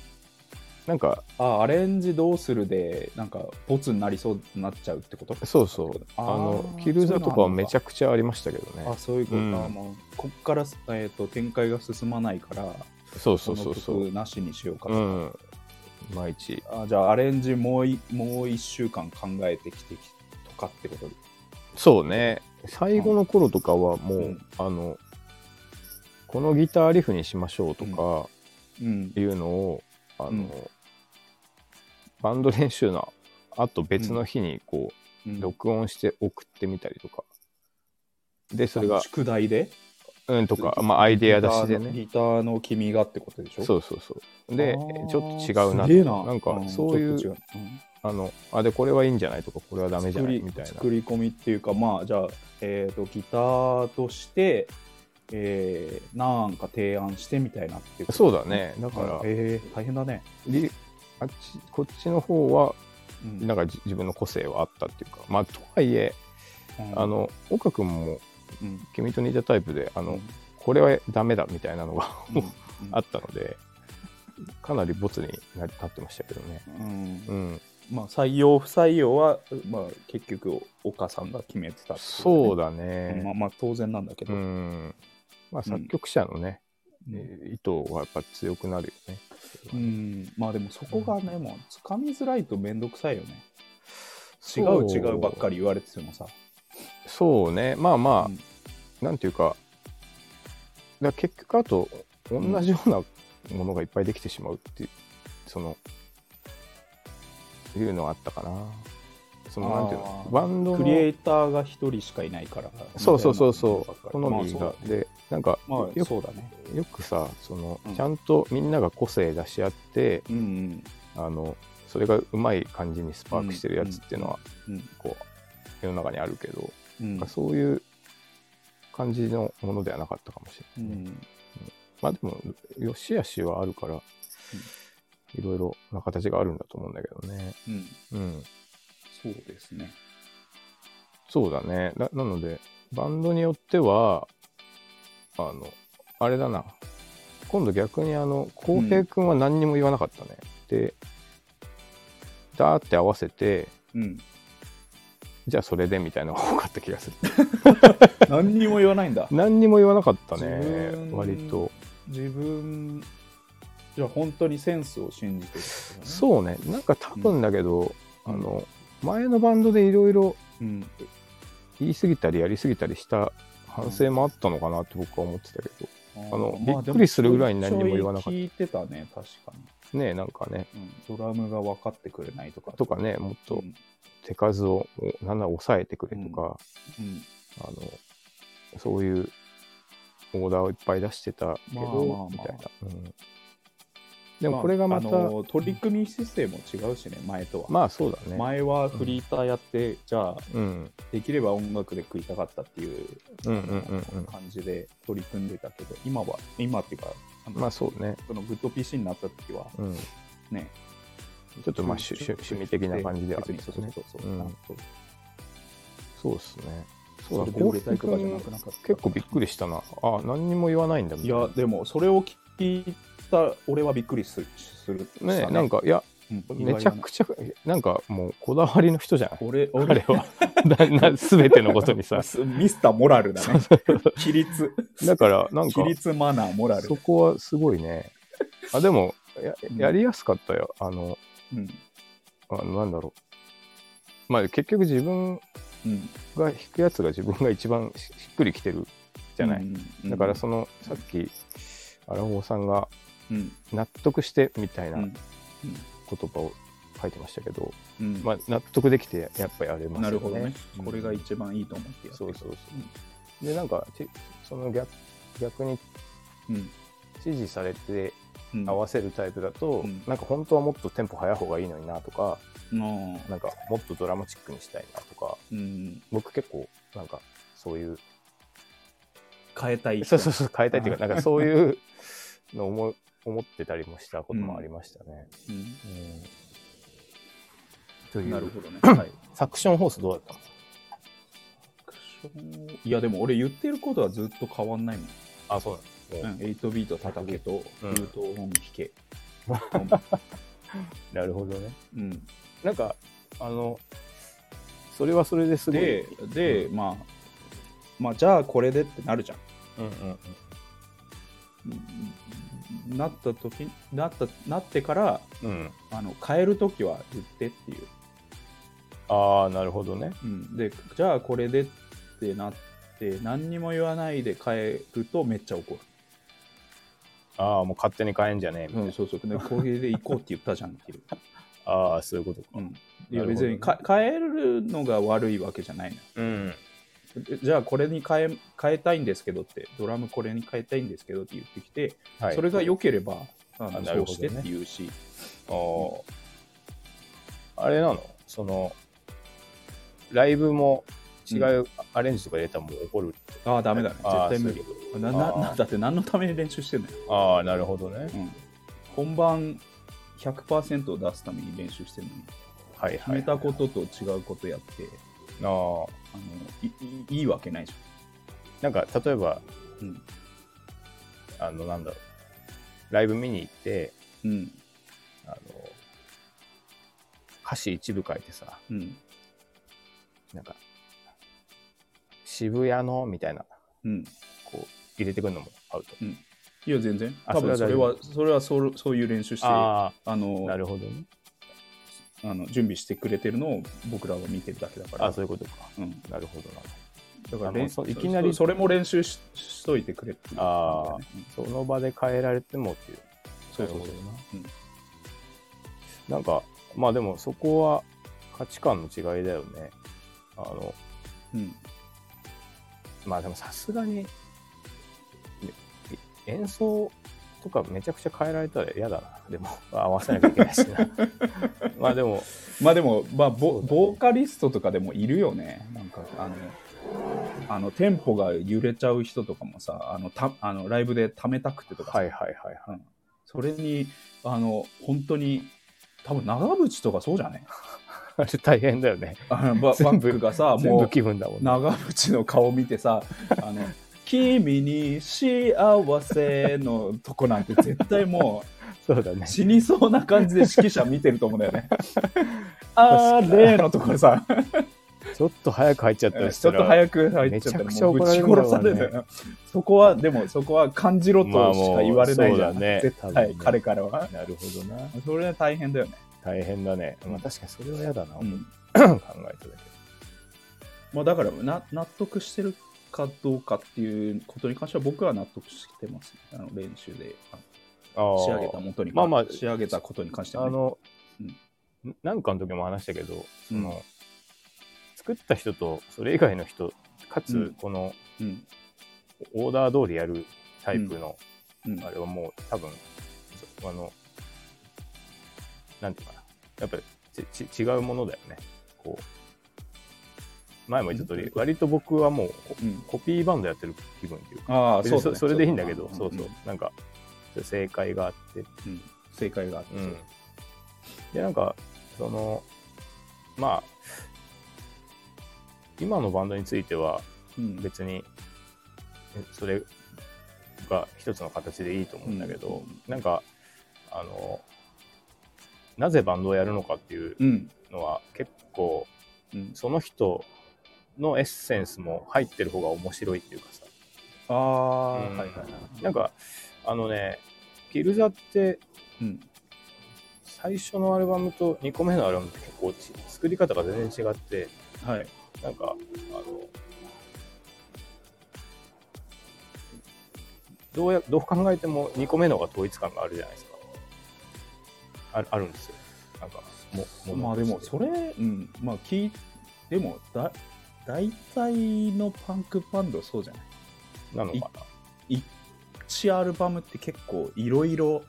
なんかあアレンジどうするでなんかボツになりそうになっちゃうってことそうそうああーのキルザとかはめちゃくちゃありましたけどねあそういうことか、うんもうこっから、えー、と展開が進まないからそうそうそうそうこの曲なしにしようかうとか、ん。いまいち。あじゃあアレンジもういもう1週間考えてきてきとかってことそうね。最後の頃とかはもう、うんあの、このギターリフにしましょうとかうんいうのを、あの、うんバンド練習のあと別の日にこうう、ん録音して送ってみたりとか。で、それあがの、宿題でうんとか、まあアイデア出しでね。ギターのギターの君がってことでしょそううそうそう。で、ちょっと違うなすげえななんかんそういうちょっと違ううんあの、あ、で、これはいいんじゃないとか、これはダメじゃないみたいな。作り込みっていうかまあじゃあ、えー、とギターとして、えー、なんか提案してみたいなっていうことそうだね。だから、えー大変だねリあっちこっちの方はうんなんかじ自分の個性はあったっていうかまあとはいえあ、の岡君もうん君と似たタイプであの、うんこれはダメだみたいなのが (laughs) うんあったのでかなりボツになり立ってましたけどねうんうんまあ、採用不採用は、まあ、結局岡さんが決めてたってそうだだまあねまあ当然なんだけうど、んまあ作曲者のね、うんえー意図はやっぱ強くなるよねうんまあでもそこがね、もうつかみづらいとめんどくさいよね違そうう違うばっかり言われててもさそうねまあまあ、うんなんていうかだから結局あと同んじようなものがいっぱいできてしまうっていうそのいうのはあったかなそのなんていうのあーバンドのクリエイターが一人しかいないからそうそうそうそう好好みみががでなんかまあよそうだねよくさそのうんちゃんとみんなが個性出し合ってうんうんあのそれがうまい感じにスパークしてるやつっていうのはうんこう世の中にあるけどうんなんかそういう感じのものではなかったかもしうれないね。んまあでも、よし悪しはあるから、いろいろな形があるんだと思うんだけどね。うんうん。そうですねそうだね。ななので、バンドによっては、あの、あれだな。今度逆にあの、浩平君は何にも言わなかったね。で、ダーって合わせて、うんじゃあそれでみたいなのが多かった気がする。 (laughs) 何にも言わないんだ何にも言わ (laughs) なかった自ね。分割と。自分じゃあ本当にセンスを信じてるってことねそうね。なんか多分だけど、うんあの、前のバンドでいろいろうん言い過ぎたりやり過ぎたりした反省もあったのかなって僕は思ってたけど、ああのーまあびっくりするぐらいに何にも言わなかったでちょいちょい聞いてたね確かねえなんかねに、うん、ドラムが分かってくれないとかとかねもっうとん手数をなんなら抑えてくれとか、うんあのそういうオーダーをいっぱい出してたけど、まあまあまあみたいな、うんでもこれがまたああの取り組み姿勢も違うしね前とは、まあそうだね、前はフリーターやって、じゃあうん、できれば音楽で食いたかったっていううんうんうんうん感じで取り組んでたけど今は今っていうかあのまあそうね、そのグッド PC になった時はうん、ちねょっとまあ趣趣趣味的な感じではあるけそうそどうねそうそう、うんなんとそうですねそうだれで売れたいとかじゃなくなかった結構びっくりしたなあ何にも言わないんだみたいいなやでもそれを聞いた俺はびっくりするするしたねなん、かいやうんめちゃくちゃなんかもうこだわりの人じゃない俺あれ俺は (laughs) なな全てのことに (laughs) さミスターモラルだね規律だからなんか規律マナーモラルそこはすごいねあでもややりやすかったよあのうんあのなんだろうまあ結局自分うんが弾くやつが自分が一番ししっくりきてるじゃない、うんうんだからそのさっき荒尾さんがうん納得してみたいうなん言葉を書いてましたけど、うんまあ、納得できてやっぱやれますよね。なるほどねうんこれが一番いいと思ってやってそうそうそう。でなんかちその逆逆にうんうん指示されてうん合わせるタイプだと、うんなんか本当はもっとテンポ速い方がいいのになとかうんなんかもっとドラマチックにしたいなとかうん僕結構なんかそういう変えたいそうそうそう変えたいっていうかなんかそういうのを思い思ってたりもしたこともありましたね。うんうんといなうるほどねはいサクションホースどうだっクッションいやでも俺言ってることはずっと変わんないもんたあそうなうん、8ビート叩けと、うルんートオン弾け。なるほどね。うん、なんかあのそれはそれですごいで、で、まあ、まあ、じゃあこれでってなるじゃん。うんううんんなった時なったなってからうんうん、あの変える時は言ってっていう、ああなるほどねうん、でじゃあこれでってなって何にも言わないで変えるとめっちゃ怒ああもう勝手に変えんじゃねえみたる、いな、うん、そうそうでこれで行こうって言ったじゃんっていう、ああそう (laughs) いうことかうん、いやなるほどね別にか変えるのが悪いわけじゃないのうんでじゃあこれに変え変えたいんですけどってドラムこれに変えたいんですけどって言ってきて、はいそれが良ければあのあなそるほどねうしてって言うし、あーあれなのそのライブも違うアレンジとか入れたらもう怒る、ああダメだね絶あー対無そ理ういうことなあなーなだって何のために練習してんのよ、ああなるほどねうん、本番100%を出すために練習してるのに、はい決めたことと違うことやって、あーあのいいいいわけないじなんか例えばゃん。うん。あのなんだろうライブ見に行ってうん。あの歌詞一部書いてさうん。なんか渋谷のみたいなうん。こう入れてくるのもアウトいや、全然。あ多分そそれれはは、それはそうそういう練習して、あああのなるほどねあの、準備してくれてるのを僕らは見てるだけだから。あそういうことかうん、なるほどなだからあもうねそそいきなりそそれも練習ししといてくれっていうあーうんその場で変えられてもっていうそうそうそうなるほどなうんなんかまあでもそこは価値観の違いだよねあのうんまあでもさすがにえ演奏とかめちゃくちゃ変えられたら嫌だなでも合わせなきゃいけないし (laughs) なまあでもまあでも、まあそうボだねボーカリストとかでもいるよねなんかあのあのテンポが揺れちゃう人とかもさあのたあのライブで溜めたくてとかさ、はいはいはいはいうんそれにあの本当に多分長渕とかそうじゃねあれ大変だよねあの (laughs) ババ全ッ部クがさ全も部う気分だもんね長渕の顔見てさ「 (laughs) あの君に幸せ」のとこなんて絶対もそうだねう死にそうな感じで指揮者見てると思うんだよ (laughs) ね。あれのところさちょっと早く入っちゃったちょりっしたとら早く入っちゃったらめちゃくちゃもう怒ぶられちる殺さんだろうねれるよねそこはでもそこは感じろとしか言われないじゃん、まあもうそうだね絶多分対ね彼からはなるほどなそれは大変だよね、大変だねまあ確かにそれは嫌だな、うん考えただけでまあ、だからな納得してるかどうかっていうことに関しては僕は納得してます、ね、あの練習であのあー仕上げたもとにまあまあ仕上げたことに関しては、ね、あの、うんなんかの時も話したけど、うそんの作った人とそれ以外の人かうつんこのうんオーダー通りやるタイプのうんあれはもう多分、あのなんていうかなやっぱりちち違うものだよねこう前も言った通りうん割と僕はもうコうんコピーバンドやってる気分っていうかああ別そうにだそねそれでいいんだけどんそうそうなんか正解があってうんうん正解があって、うん、でなんかそのまあ今のバンドについてはうん別にえそれが一つの形でいいと思うんだけど、うんなんかあのなぜバンドをやるのかっていううんのは結構うんその人のエッセンスも入ってる方が面白いっていうかさああ、うんはいはいはいなんかあのねギルザってうん最初のアルバムと2個目のアルバムって結構ち作り方が全然違ってはいなんかあのどうやどう考えても2個目の方が統一感があるじゃないですかあるあるんですよなんかももまあでもそれ、うん、まあ聞いでもだ大体のパンクバンドそうじゃないなのか1アルバムって結構いろいろ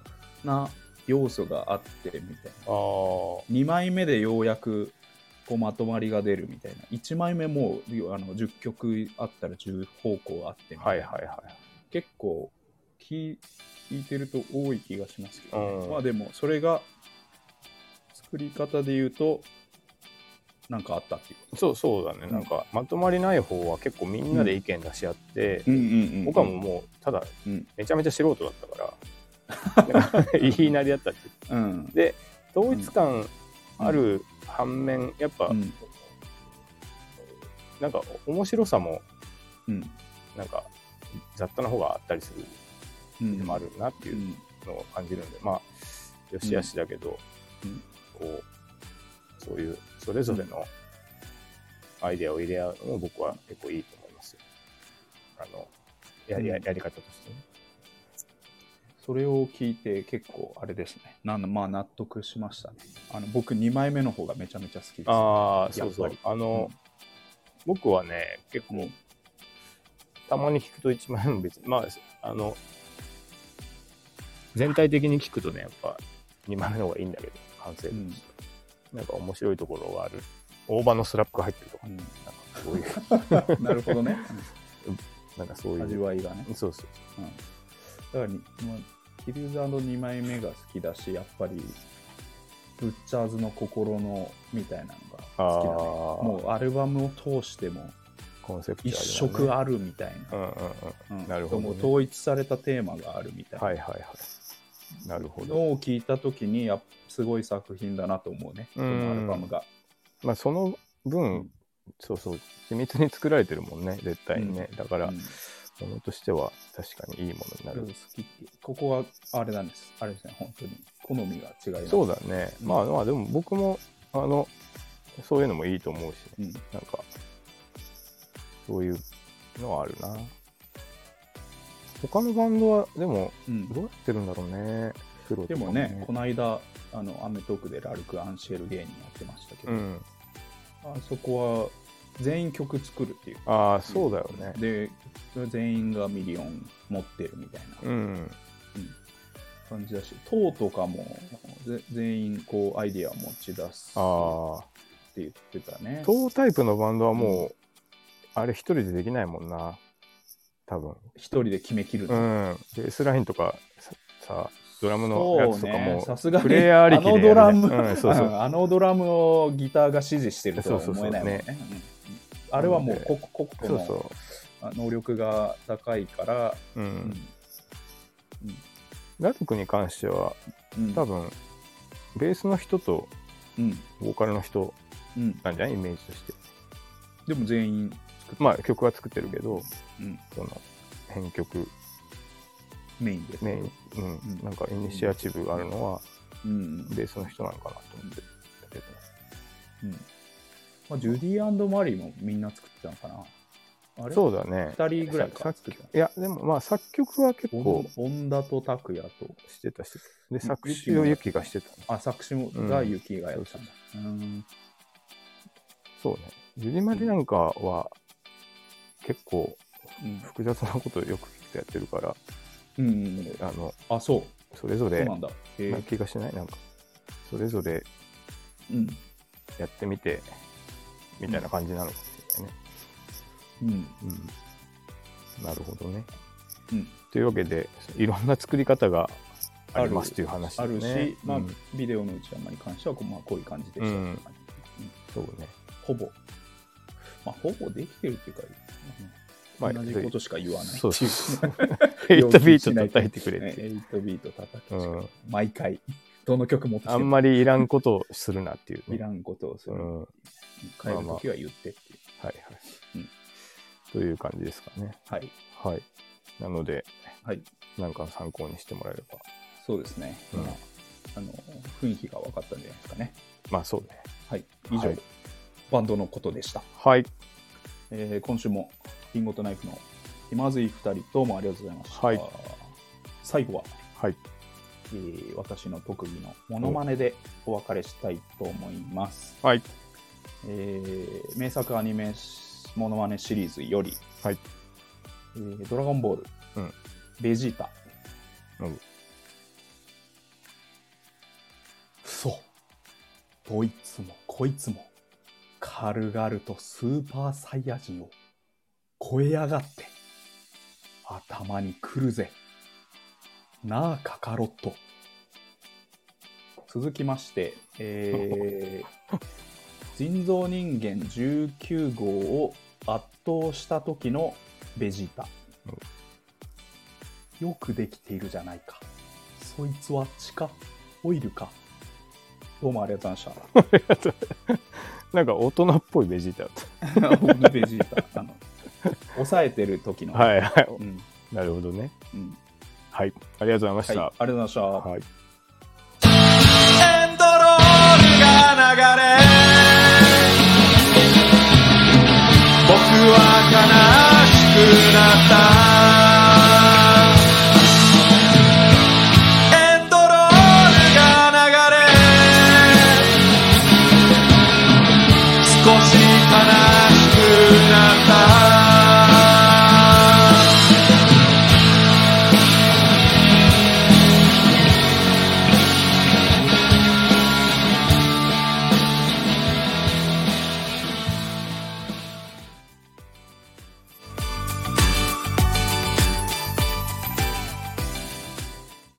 な要素があってみたいななあー2枚目でようやくこうまとまりが出るみたいな1枚目もうあの10曲あったら10方向あってみたはいいなはいは結構聞い聞いてると多い気がしますけど、うんまあでもそれが作り方で言うとなんかあったっていういそうそうだねなんかまとまりない方は結構みんなで意見出し合って、うんうんうん、僕はもうもうただうん、めちゃめちゃ素人 (laughs) だったから言いなりだったっていううんで統一感ある反面、やっぱ、うんなんか面白さもうんなんか雑多な方があったりするうんのもあるなってういうんのを感じるんで、まあよし悪しだけど、うんこうそういうそれぞれのアイデアを入れ合うのも僕は結構いいと思いますよあのやややり方としてね、それを聞いて結構あれですねなんだまあ納得しましたねあの僕2枚目の方がめちゃめちゃ好きですああそうそやっうぱりあの、僕はね結構、うんたまに聞くと一枚も別にまああの全体的に聞くとねやっぱ2枚目の方がいいんだけど完成度として、なんか面白いところがある大葉のスラップが入ってるとかうんなんかそういううんなるほどね (laughs) なんか (laughs) そううん味いうわいがねそうそううんだからに、まあ、キルザの2枚目が好きだしやっぱりブッチャーズの心のみたいなのがああ好きだねもうアルバムを通してもコンセプトある一よね色あるみたいうんうんうんな、うんなるほどねもう統一されたテーマがあるみたいなはいはいはいなるほどのを聞いた時にやっぱすごい作品だなと思うねこのアルバムがまあその分、うんそうそう緻密に作られてるもんね絶対にね、だから、うんものとしては確かにいいものになる、好きってここはあれなんですあれですね本当に好みが違いますそうだね、うんまあまあでも僕もあのそういうのもいいと思うし、うんなんかそういうのはあるな他のバンドはでもうんどうやってるんだろうねプロでとかもね、この間、あの、アメトークでラルク・アンシェル芸人やってましたけど、うんあそこは全員曲作るっていう。ああそうだよねで、全員がミリオン持ってるみたいなうん感じだし、塔、とかもぜ全員こうアイディアを持ち出すっああて言ってたね。トータイプのバンドはもう、あれ一人でできないもんな多分一人で決めきるうの。んベースラインとかささドラムのやそつうとかねも、さすがにプレイヤーありきであやのるじドゃラんム、うんそうそうあのドラムをギターが指示してるとは思えないもんね。そううんあれはもうこ、こ、こそうのそあ能力が高いから、う、う、うんんラルクに関してはうん多分ベースの人とうんボーカルの人うん、なんじゃないイメージとしてでも全員作って、まあ曲は作ってるけどうん、その編曲メインで、メイン、うんんなんかイニシアチブがあるのはうんベースの人なのかなと思ってたけどうんまあ、ジュディマリーもみんな作ってたのかなあれそうだね2人ぐらいかさ作ってたいやでもまあ作曲は結構本田と拓也としてたしてたでん作詞をユキがしてたねあ作詞もうんがユキがやったんだ、うんそうねジュリマリなんかは結構うん複雑なことをよくやってるからうんうん、あのあそうそれぞそうれなんだへえな気がしないなんかそれぞれうんやってみてみたいな感じなのかもしれないね、うんうん、なるほどねうんというわけでいろんな作り方がありますという話あでるすし、ねまあうん、ビデオの内山に関してはこう,、まあ、こういう感じでした、うんうんそうねほぼ、まあ、ほぼできてるっていうか、まあ同じことしか言わないっていそうそうそうう。 (laughs) 8ビート叩いてくれってて。8ビート叩き、うん毎回、どの曲もあんまりいらんことをするなっていう、りいらん、んことをすうる。ん、はい帰るときは言ってっていう。はい、うんという感じですかね。はい。はい。なので、はい。なんか参考にしてもらえれば。そうですね。うんまああの、雰囲気が分かったんじゃないですかね。まあそうね。はい。以上、はいバンドのことでした。はい。えー今週も、リンゴとナイフの気まずい2人、どうもありがとうございました。はい最後は、はい。えー私の特技のモノマネでお別れしたいと思います。はい。えー名作アニメしモノマネシリーズより、はいえードラゴンボール、うんベジータ、うんそう、どいつもこいつも、軽々とスーパーサイヤ人を超えやがって、頭に来るぜ。なあ、カカロット。続きまして、 (laughs) えー、人造人間19号を圧倒した時のベジータよくできているじゃないかそいつは地下オイルかどうもありがとうございましなんか大人っぽいベジータだった (laughs) 本当にベジータあの抑えてる時のた。はい (laughs) はうんい。なるほどね。うんはいはい。ありがとうございまあしりた。がとうございました、はいエンドロールが流れ僕は悲しくなったエンドロールが流れ少し悲